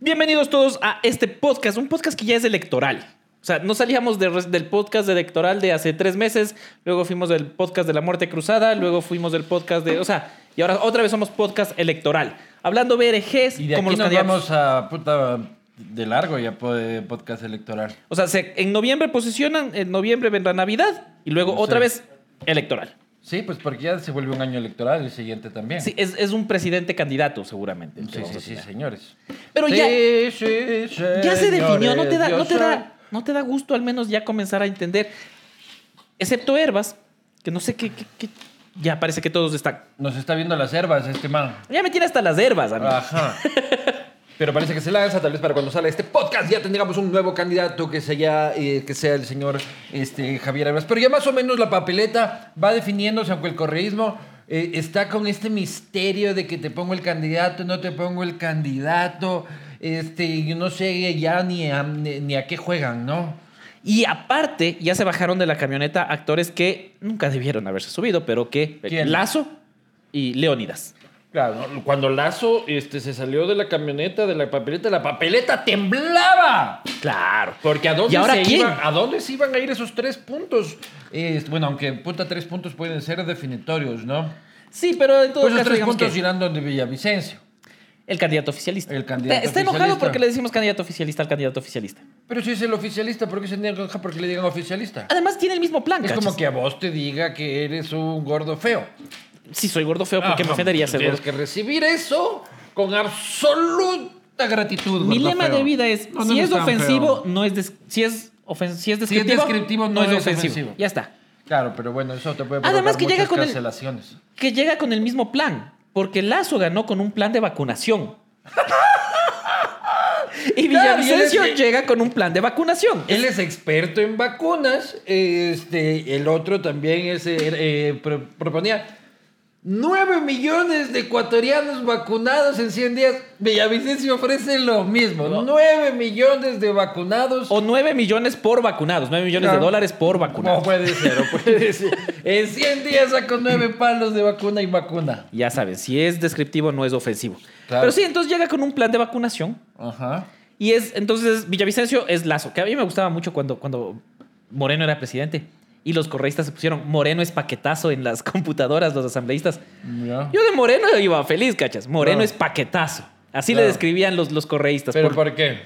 Bienvenidos todos a este podcast, un podcast que ya es electoral. O sea, no salíamos de res- del podcast electoral de hace tres meses, luego fuimos del podcast de la muerte cruzada, luego fuimos del podcast de... O sea, y ahora otra vez somos podcast electoral. Hablando BRGs, Y de como aquí los nos candidatos. vamos a puta de largo ya po- de podcast electoral. O sea, se- en noviembre posicionan, en noviembre vendrá Navidad y luego Sí. otra vez electoral. Sí, pues porque ya se vuelve un año electoral el siguiente también. Sí, es, es un presidente candidato seguramente. el que sí, vamos sí, a sí, tener. señores. Pero Sí, ya, sí, Ya se definió, no te da, señores, no te yo da, no te da gusto al menos ya comenzar a entender. Excepto Herbas, que no sé qué, qué- qué- ya parece que todos están. soy- Nos está viendo las herbas este man. Ya me tiene hasta las herbas, amigo. Ajá. Pero parece que se lanza, tal vez para cuando sale este podcast ya tendríamos un nuevo candidato que sea, eh, que sea el señor este, Javier Abras. Pero ya más o menos la papeleta va definiéndose, aunque el correísmo eh, está con este misterio de que te pongo el candidato, no te pongo el candidato, este, y no sé ya ni a, ni, ni a qué juegan, ¿no? Y aparte, ya se bajaron de la camioneta actores que nunca debieron haberse subido, pero que ¿Quién? Lazo y Leónidas. Claro, cuando Lazo este, se salió de la camioneta, de la papeleta, la papeleta temblaba. Claro. Porque a dónde, ¿Y ahora se quién? Iban, a dónde se iban a ir esos tres puntos. Eh, bueno, aunque puta tres puntos pueden ser definitorios, ¿no? Sí, pero en todo Pues esos caso, tres digamos puntos que irán donde Villavicencio. el candidato oficialista. El candidato está, está enojado oficialista. porque le decimos candidato oficialista al candidato oficialista. Pero si es el oficialista, ¿por qué se niegan porque le digan oficialista? Además, tiene el mismo plan, Es ¿cachas? como que a vos te diga que eres un gordo feo. Sí, soy gordo feo porque Ah, me ofendería tú ser gordo Tienes que recibir eso con absoluta gratitud. Mi gordo lema Pues feo. de vida es, No, no, si no es tan ofensivo, feo. no es... des- si, es ofen- si es es descriptivo, descriptivo, no es ofensivo. Ya está. Claro, pero bueno, eso te puede Además provocar que llega muchas con el- cancelaciones. Que llega con el mismo plan, porque Lazo ganó con un plan de vacunación. y Claro, Villavicencio y él es- llega con un plan de vacunación. Él es experto en vacunas. Este, el otro también es, eh, eh, pro- proponía 9 millones de ecuatorianos vacunados en 100 días. Villavicencio ofrece lo mismo. 9 millones de vacunados. O 9 millones por vacunados, 9 millones de Claro. dólares por no vacunado. puede ser, no puede ser. En 100 días saco 9 palos de vacuna y vacuna. Ya saben, si es descriptivo, no es ofensivo. Claro. Pero sí, entonces llega con un plan de vacunación, Ajá. Y es, entonces, Villavicencio es Lazo, que a mí me gustaba mucho cuando, cuando Moreno era presidente. Y los correístas se pusieron, Moreno es paquetazo en las computadoras, los asambleístas. Ya. Yo de Moreno iba feliz, cachas. Moreno Claro. es paquetazo. Así le Claro. describían los, los correístas. ¿Pero por, por qué?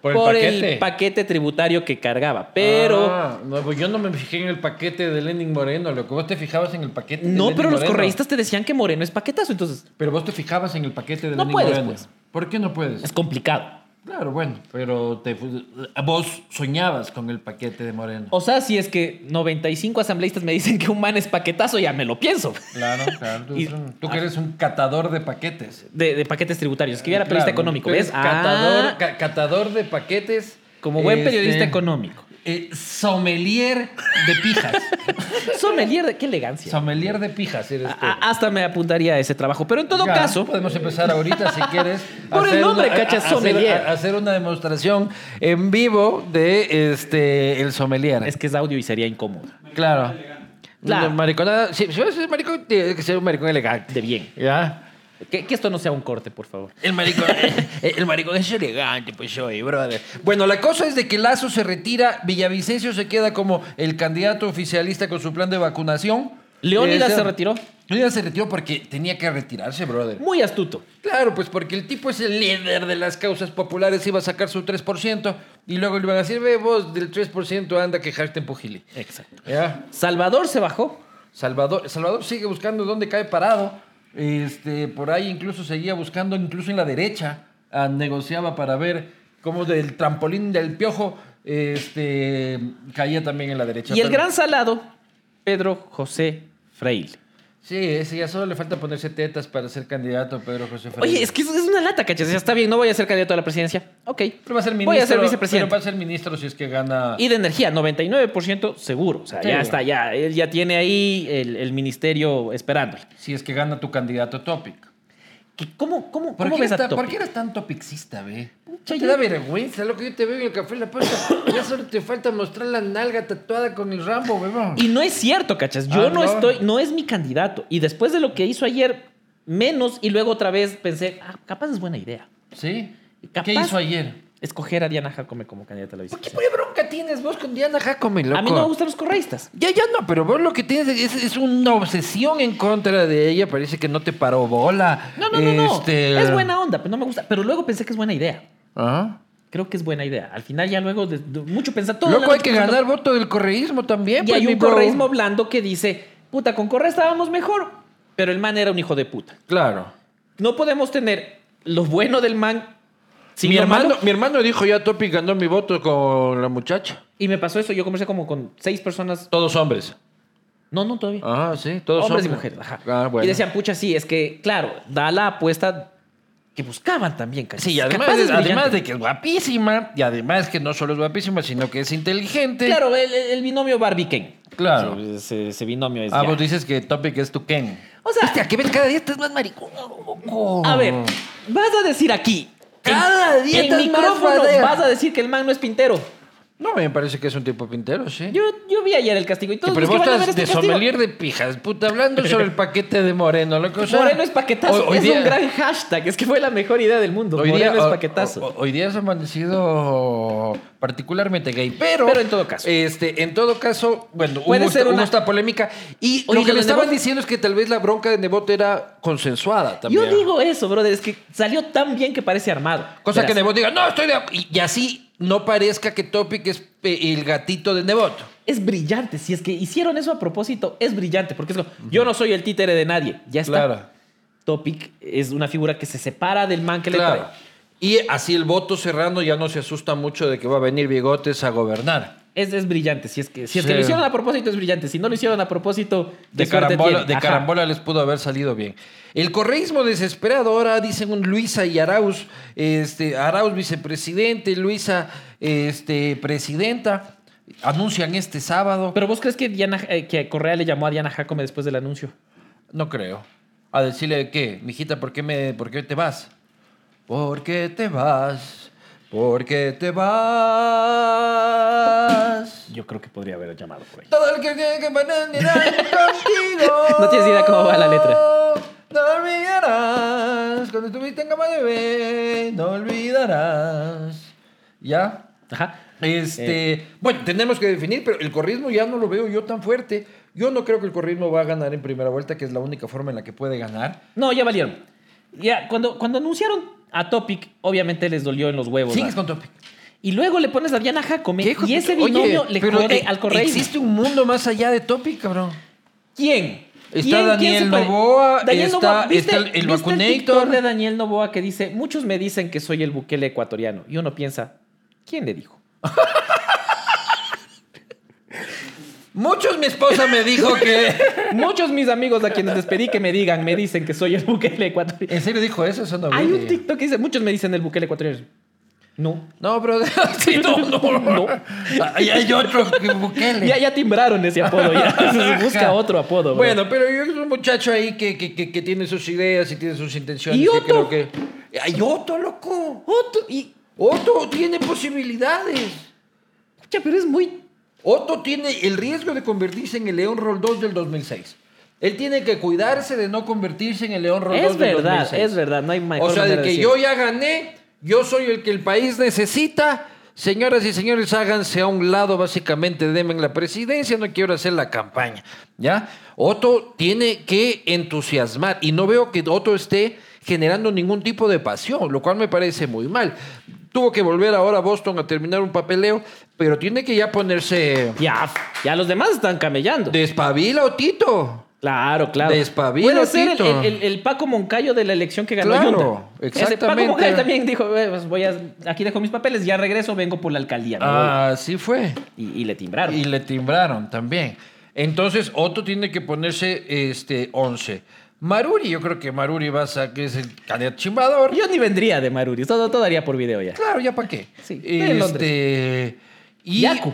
Por, por el paquete. tributario que cargaba. Pero, Ah, no, pues yo no me fijé en el paquete de Lenin Moreno. Lo que vos te fijabas en el paquete. de no, Lenin pero los Moreno. correístas te decían que Moreno es paquetazo. Entonces, Pero vos te fijabas en el paquete de No Lenin puedes, Moreno. pues. ¿Por qué no puedes? es complicado. Claro, bueno, pero te fu- vos soñabas con el paquete de Moreno. O sea, si es que 95 asambleístas me dicen que un man es paquetazo, ya me lo pienso. Claro, claro. Tú, Y- ah. eres un- tú que eres un catador de paquetes. De, de paquetes tributarios. Escribía la Claro, periodista tú económico, eres ¿ves? Catador, Ah. ca- catador de paquetes. Como buen este, periodista económico. eh, sommelier de pijas. Sommelier, de- qué elegancia. sommelier de pijas eres tú. A- hasta me apuntaría a ese trabajo. Pero en Ah, todo Ya, caso, Podemos empezar ahorita si quieres. Por el hacer nombre, cachas, hacer- sommelier. a- hacer una demostración en vivo de este el sommelier. es que es audio y sería incómodo. claro. Claro. Una Mariconada. Si, si vas a ser maricón, tiene que ser un maricón elegante. De bien. ¿Ya? Que, que esto no sea un corte, por favor. El maricón, el maricón es elegante, pues soy, brother. Bueno, la cosa es de que Lazo se retira, Villavicencio se queda como el candidato oficialista con su plan de vacunación. Leónidas Eh, se retiró. Leónidas se retiró porque tenía que retirarse, brother. Muy astuto. Claro, pues porque el tipo es el líder de las causas populares, iba a sacar su 3% y luego le iban a decir, ve vos del 3% anda a quejarte en Pujili. Exacto. Ya. Salvador se bajó. Salvador, Salvador sigue buscando dónde cae parado. Este, por ahí incluso seguía buscando, incluso en la derecha, ah, negociaba para ver cómo del trampolín del piojo este, caía también en la derecha. Y el Pero- gran salado, Pedro José Freire. Sí, ese ya solo le falta ponerse tetas para ser candidato, Pedro José Fernández. Oye, es que es es una lata, cachas. Ya está bien, no voy a ser candidato a la presidencia. Ok. Pero va a ser ministro. Voy a ser vicepresidente. Pero va a ser ministro si es que gana. Y de energía, 99% seguro. O sea, ya Seguro. está, ya. Él ya tiene ahí el, el ministerio esperándole. si es que gana tu candidato topic. ¿Qué- ¿Cómo, cómo, ¿Por, cómo qué, ves a está- por Topic? qué eras tan topixista, ve? Pucha, ¿No te yo- da vergüenza lo que yo te veo en el café en La Paz. ya solo te falta mostrar la nalga tatuada con el Rambo, bebón. Y no es cierto, cachas. Yo Ah, no no. estoy, no es mi candidato. Y después de lo que hizo ayer, menos. Y luego otra vez pensé, ah, capaz es buena idea. ¿Sí? capaz ¿Qué hizo ayer? escoger a Diana Jacome como candidata a la ¿Por qué vicepresidencia. polla bronca tienes vos con Diana Jacome, loco? A mí no me gustan los correístas. Ya, ya no, pero vos lo que tienes es, es una obsesión en contra de ella. Parece que no te paró bola. No, no, no, no. Este- ¿Ah? Es buena onda, pero no me gusta. Pero luego pensé que es buena idea. Ajá. Creo que es buena idea. Al final ya luego de, de mucho pensar todo. Loco, hay que ganar voto del correísmo también. Y pues, hay mi un bro. correísmo blando que dice, puta, con Correa estábamos mejor, pero el man era un hijo de puta. Claro. No podemos tener lo bueno del man sin mi, lo malo. hermano, mi hermano dijo ya Topi ganó mi voto con la muchacha. Y me pasó eso. Yo conversé como con seis personas. Todos hombres. No, no, todavía. Ajá, sí, Ah, todos hombres hombres. y mujeres. ajá. Ah, bueno. Y decían, pucha, sí, es que, claro, da la apuesta que buscaban también. cachas. Sí, y además, Pues Capaz es además brillante. de que es guapísima, y además que no solo es guapísima, sino que es inteligente. Claro, el, el- el binomio Barbie Ken. Claro. Sí, Ese, ese binomio es. Ah, ya. vos dices que Topic es tu Ken. O sea- Hostia, que ves, cada día estás más maricón, loco. A ver, vas a decir aquí. "Oh". Cada en, día en estás más micrófono badea. vas a decir que el man no es pintero. No, me parece que es un tipo pintero, sí. Yo, yo vi ayer el castigo y Sí, todos pero los que vos van a estás ver de este castigo- sommelier de pijas, puta, hablando sobre el paquete de Moreno, loco. o sea, Moreno es paquetazo. hoy- hoy es día- un gran hashtag. Es que fue la mejor idea del mundo. Hoy Moreno día, es ho- paquetazo. ho- hoy día es amanecido particularmente gay, pero, Pero en todo caso. este, en todo caso, bueno, Puede hubo, ser esta, hubo una- esta polémica y Oye, lo que lo de me estaban Nebot- diciendo es que tal vez la bronca de Nebot era consensuada también. Yo digo eso, brother. Es que salió tan bien que parece armado. cosa que Verás. Nebot diga, no, estoy de, ac-", y, y así no parezca que Topic es eh, el gatito de Nebot. es brillante. Si es que hicieron eso a propósito, es brillante. Porque es como, yo no soy el títere de nadie. Ya está. Topic es una figura que se separa del man que le claro. trae. Y así el voto cerrando ya no se asusta mucho de que va a venir Bigotes a gobernar. Es, es brillante. Si es, que, si es Sí. que lo hicieron a propósito, es brillante. Si no lo hicieron a propósito, De qué suerte carambola, tiene. de Ajá. carambola les pudo haber salido bien. El correísmo desesperado ahora dicen un Luisa y Arauz, este, Arauz vicepresidente, Luisa este, presidenta, anuncian este sábado. Pero vos crees que, Diana, eh, que Correa le llamó a Diana Jacome después del anuncio. No creo. A decirle qué, mijita, ¿por qué, me, ¿por qué te vas? ¿Por qué te vas? ¿Por qué te vas? Yo creo que podría haber llamado por ahí. Todo el que tiene que poner contigo. No tienes idea cómo va la letra. No olvidarás. Cuando estuviste en cama de bebé, no olvidarás. ¿Ya? Ajá. Este, Eh. bueno, tenemos que definir, pero el corrismo ya no lo veo yo tan fuerte. Yo no creo que el corrismo va a ganar en primera vuelta, que es la única forma en la que puede ganar. No, ya valieron. Ya, cuando, cuando anunciaron a Topic, obviamente les dolió en los huevos. ¿no? Sigues con Topic. Y luego le pones a Diana Jacome ¿Qué hijo y de- ese Oye, binomio le pero jode e- al correísmo. Existe un mundo más allá de Topic, cabrón. ¿Quién? Está ¿Quién- quién Daniel se pare- Noboa, está- está el- el ¿viste Vacunator? TikTok de Daniel Novoa que dice, muchos me dicen que soy el Bukele ecuatoriano. Y uno piensa, ¿quién le dijo? Muchos mi esposa me dijo que. Muchos mis amigos a quienes les pedí que me digan, me dicen que soy el Bukele ecuatoriano. ¿En serio dijo eso? Eso no Hay vi. un TikTok que dice, muchos me dicen el Bukele ecuatoriano. No. No, pero. sí, no, no. No. Ahí hay otro que Bukele. Ah, Ya, ya timbraron ese apodo, ya. Busca Ajá. otro apodo. bro. Bueno, pero yo es un muchacho ahí que, que, que, que tiene sus ideas y tiene sus intenciones. ¿Y que Otto? creo que... ¡Ay, Otto, loco! Otro, y, Otto tiene posibilidades. pucha, pero es muy... Otto tiene el riesgo de convertirse en el León Roldós del 2006. Él tiene que cuidarse de no convertirse en el León Roldós Es del verdad, 2006. es verdad, no hay mejor O sea, de manera de que decirlo. yo ya gané, yo soy el que el país necesita. Señoras y señores, háganse a un lado, básicamente, denme la presidencia, no quiero hacer la campaña. ¿Ya? Otto tiene que entusiasmar y no veo que Otto esté generando ningún tipo de pasión, lo cual me parece muy mal. Tuvo que volver ahora a Boston a terminar un papeleo, pero tiene que ya ponerse Ya, ya los demás están camellando. despabila o Tito. Claro, claro. Despabila, Puede ser el, Tito. el- el- el Paco Moncayo de la elección que ganó Claro, Yunta. Ese Paco exactamente. Moncayo también dijo, "Eh, pues voy a, aquí dejo mis papeles, ya regreso, vengo por la alcaldía. me voy". Así fue. Y, y le timbraron. Ah. Y le timbraron también. Entonces, Otto tiene que ponerse este 11. Maruri, yo creo que Maruri va a sa- que es el candidato chimbador. Yo ni vendría de Maruri, todo, todo haría por video ya. Claro, ¿ya para qué? Sí, en Este, y Yaku.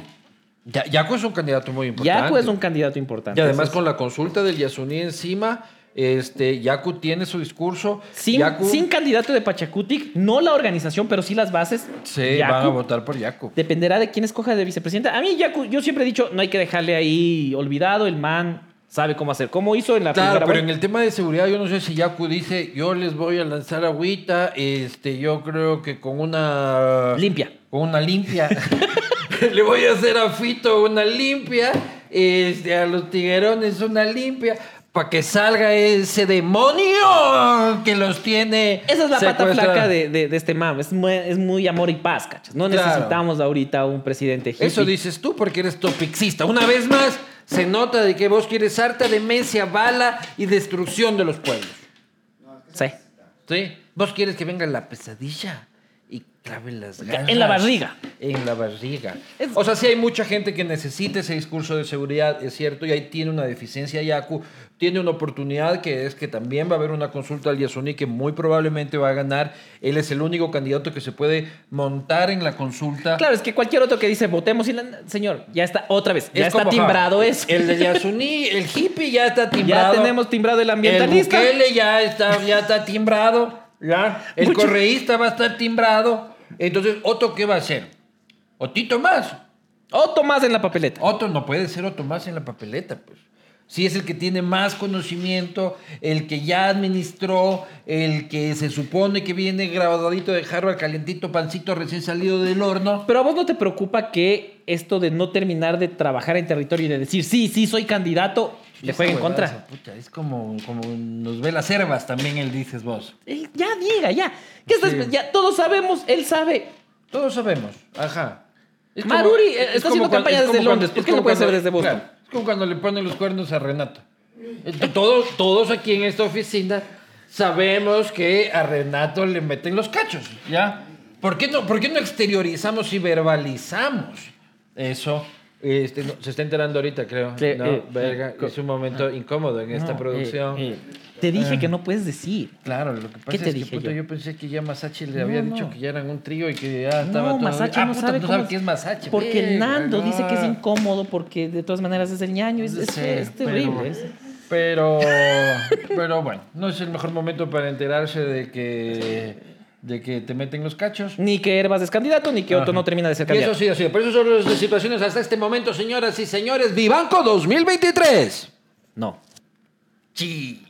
Ya- Yaku es un candidato muy importante. Yaku es un candidato importante. Y además Eso con la consulta del Yasuní encima, este, Yaku tiene su discurso. es- sin, Yaku sin candidato de Pachacutic, no la organización, pero sí las bases. se Yaku van a votar por Yaku. Dependerá de quién escoja de vicepresidenta. A mí, Yaku, yo siempre he dicho, no hay que dejarle ahí olvidado, el man sabe cómo hacer. ¿Cómo hizo en la Claro, primera pero en vuelta? el tema de seguridad, yo no sé si Yaku dice, yo les voy a lanzar agüita, este, yo creo que con una... Limpia. Con una limpia. Le voy a hacer a Fito una limpia, este, a los tiguerones una limpia, para que salga ese demonio que los tiene Esa es la pata secuestrados. flaca de, de- de este mam. Es muy, es muy amor y paz, cachas. No Claro. necesitamos ahorita un presidente hippie. Eso dices tú porque eres topixista. Una vez más, se nota de que vos quieres harta demencia, bala y destrucción de los pueblos. Sí. ¿Sí? Vos quieres que venga la pesadilla y clave las garras. En la barriga. En la barriga. Es- O sea, sí hay mucha gente que necesita ese discurso de seguridad, es cierto, y ahí tiene una deficiencia Yaku. Tiene una oportunidad que es que también va a haber una consulta al Yasuni que muy probablemente va a ganar. Él es el único candidato que se puede montar en la consulta. Claro, es que cualquier otro que dice votemos y la... Señor, ya está, otra vez, ya Es está como, ajá, timbrado eso. El de Yasuní, el hippie ya está ya timbrado. tenemos timbrado el El ambientalista. Bukele ya está, ya está timbrado. ¿ya? El Mucho- correísta va a estar timbrado. Entonces, ¿Otto qué va a hacer? ¿Otito más? Otto más en la papeleta. Otto no puede ser Otto más en la papeleta, pues. Si es el que tiene más conocimiento, el que ya administró, el que se supone que viene graduadito de Harvard, calientito, pancito, recién salido del horno. Pero a vos no te preocupa que esto de no terminar de trabajar en territorio y de decir, sí, sí, soy candidato, le Esa juegue en huevada, contra. puta, es como, como nos ve las cervas también, él dices vos. Eh, ya diga, ya. ¿Qué estás- Sí. ya todos sabemos, él sabe. Todos sabemos, ajá. Maruri, eh, está haciendo cuan- campaña es como desde cuando- Londres, es ¿por qué no como puede ser cuando- desde Boston? claro, es como cuando le ponen los cuernos a Renato. Eh, Todos, todos aquí en esta oficina sabemos que a Renato le meten los cachos, ¿ya? ¿Por qué no, por qué no exteriorizamos y verbalizamos eso? Este, no, se está enterando ahorita, creo. Sí, no, eh, verga, eh, co- es un momento incómodo en esta No, producción. Ah. eh, eh, te dije que no puedes decir. Claro, lo que pasa ¿Qué te es dije que puta, yo? yo? pensé que ya Masachi le No, había no. dicho que ya eran un trío y que ya estaba no, todo- Masachi Ah, no puta, sabe no cómo sabe qué es Masachi. Porque verga, Nando dice que es no. incómodo porque de todas maneras es el ñaño. Es, este es- Sí, es terrible. ¿eh? es- Pero, pero, pero bueno, no es el mejor momento para enterarse de que, de que te meten los cachos. Ni que Herbas es candidato, ni que Otto no termina de ser Y candidato. eso sí, así. Por eso son las situaciones hasta este momento, señoras y señores. ¡Vivanco 2023! No. Sí.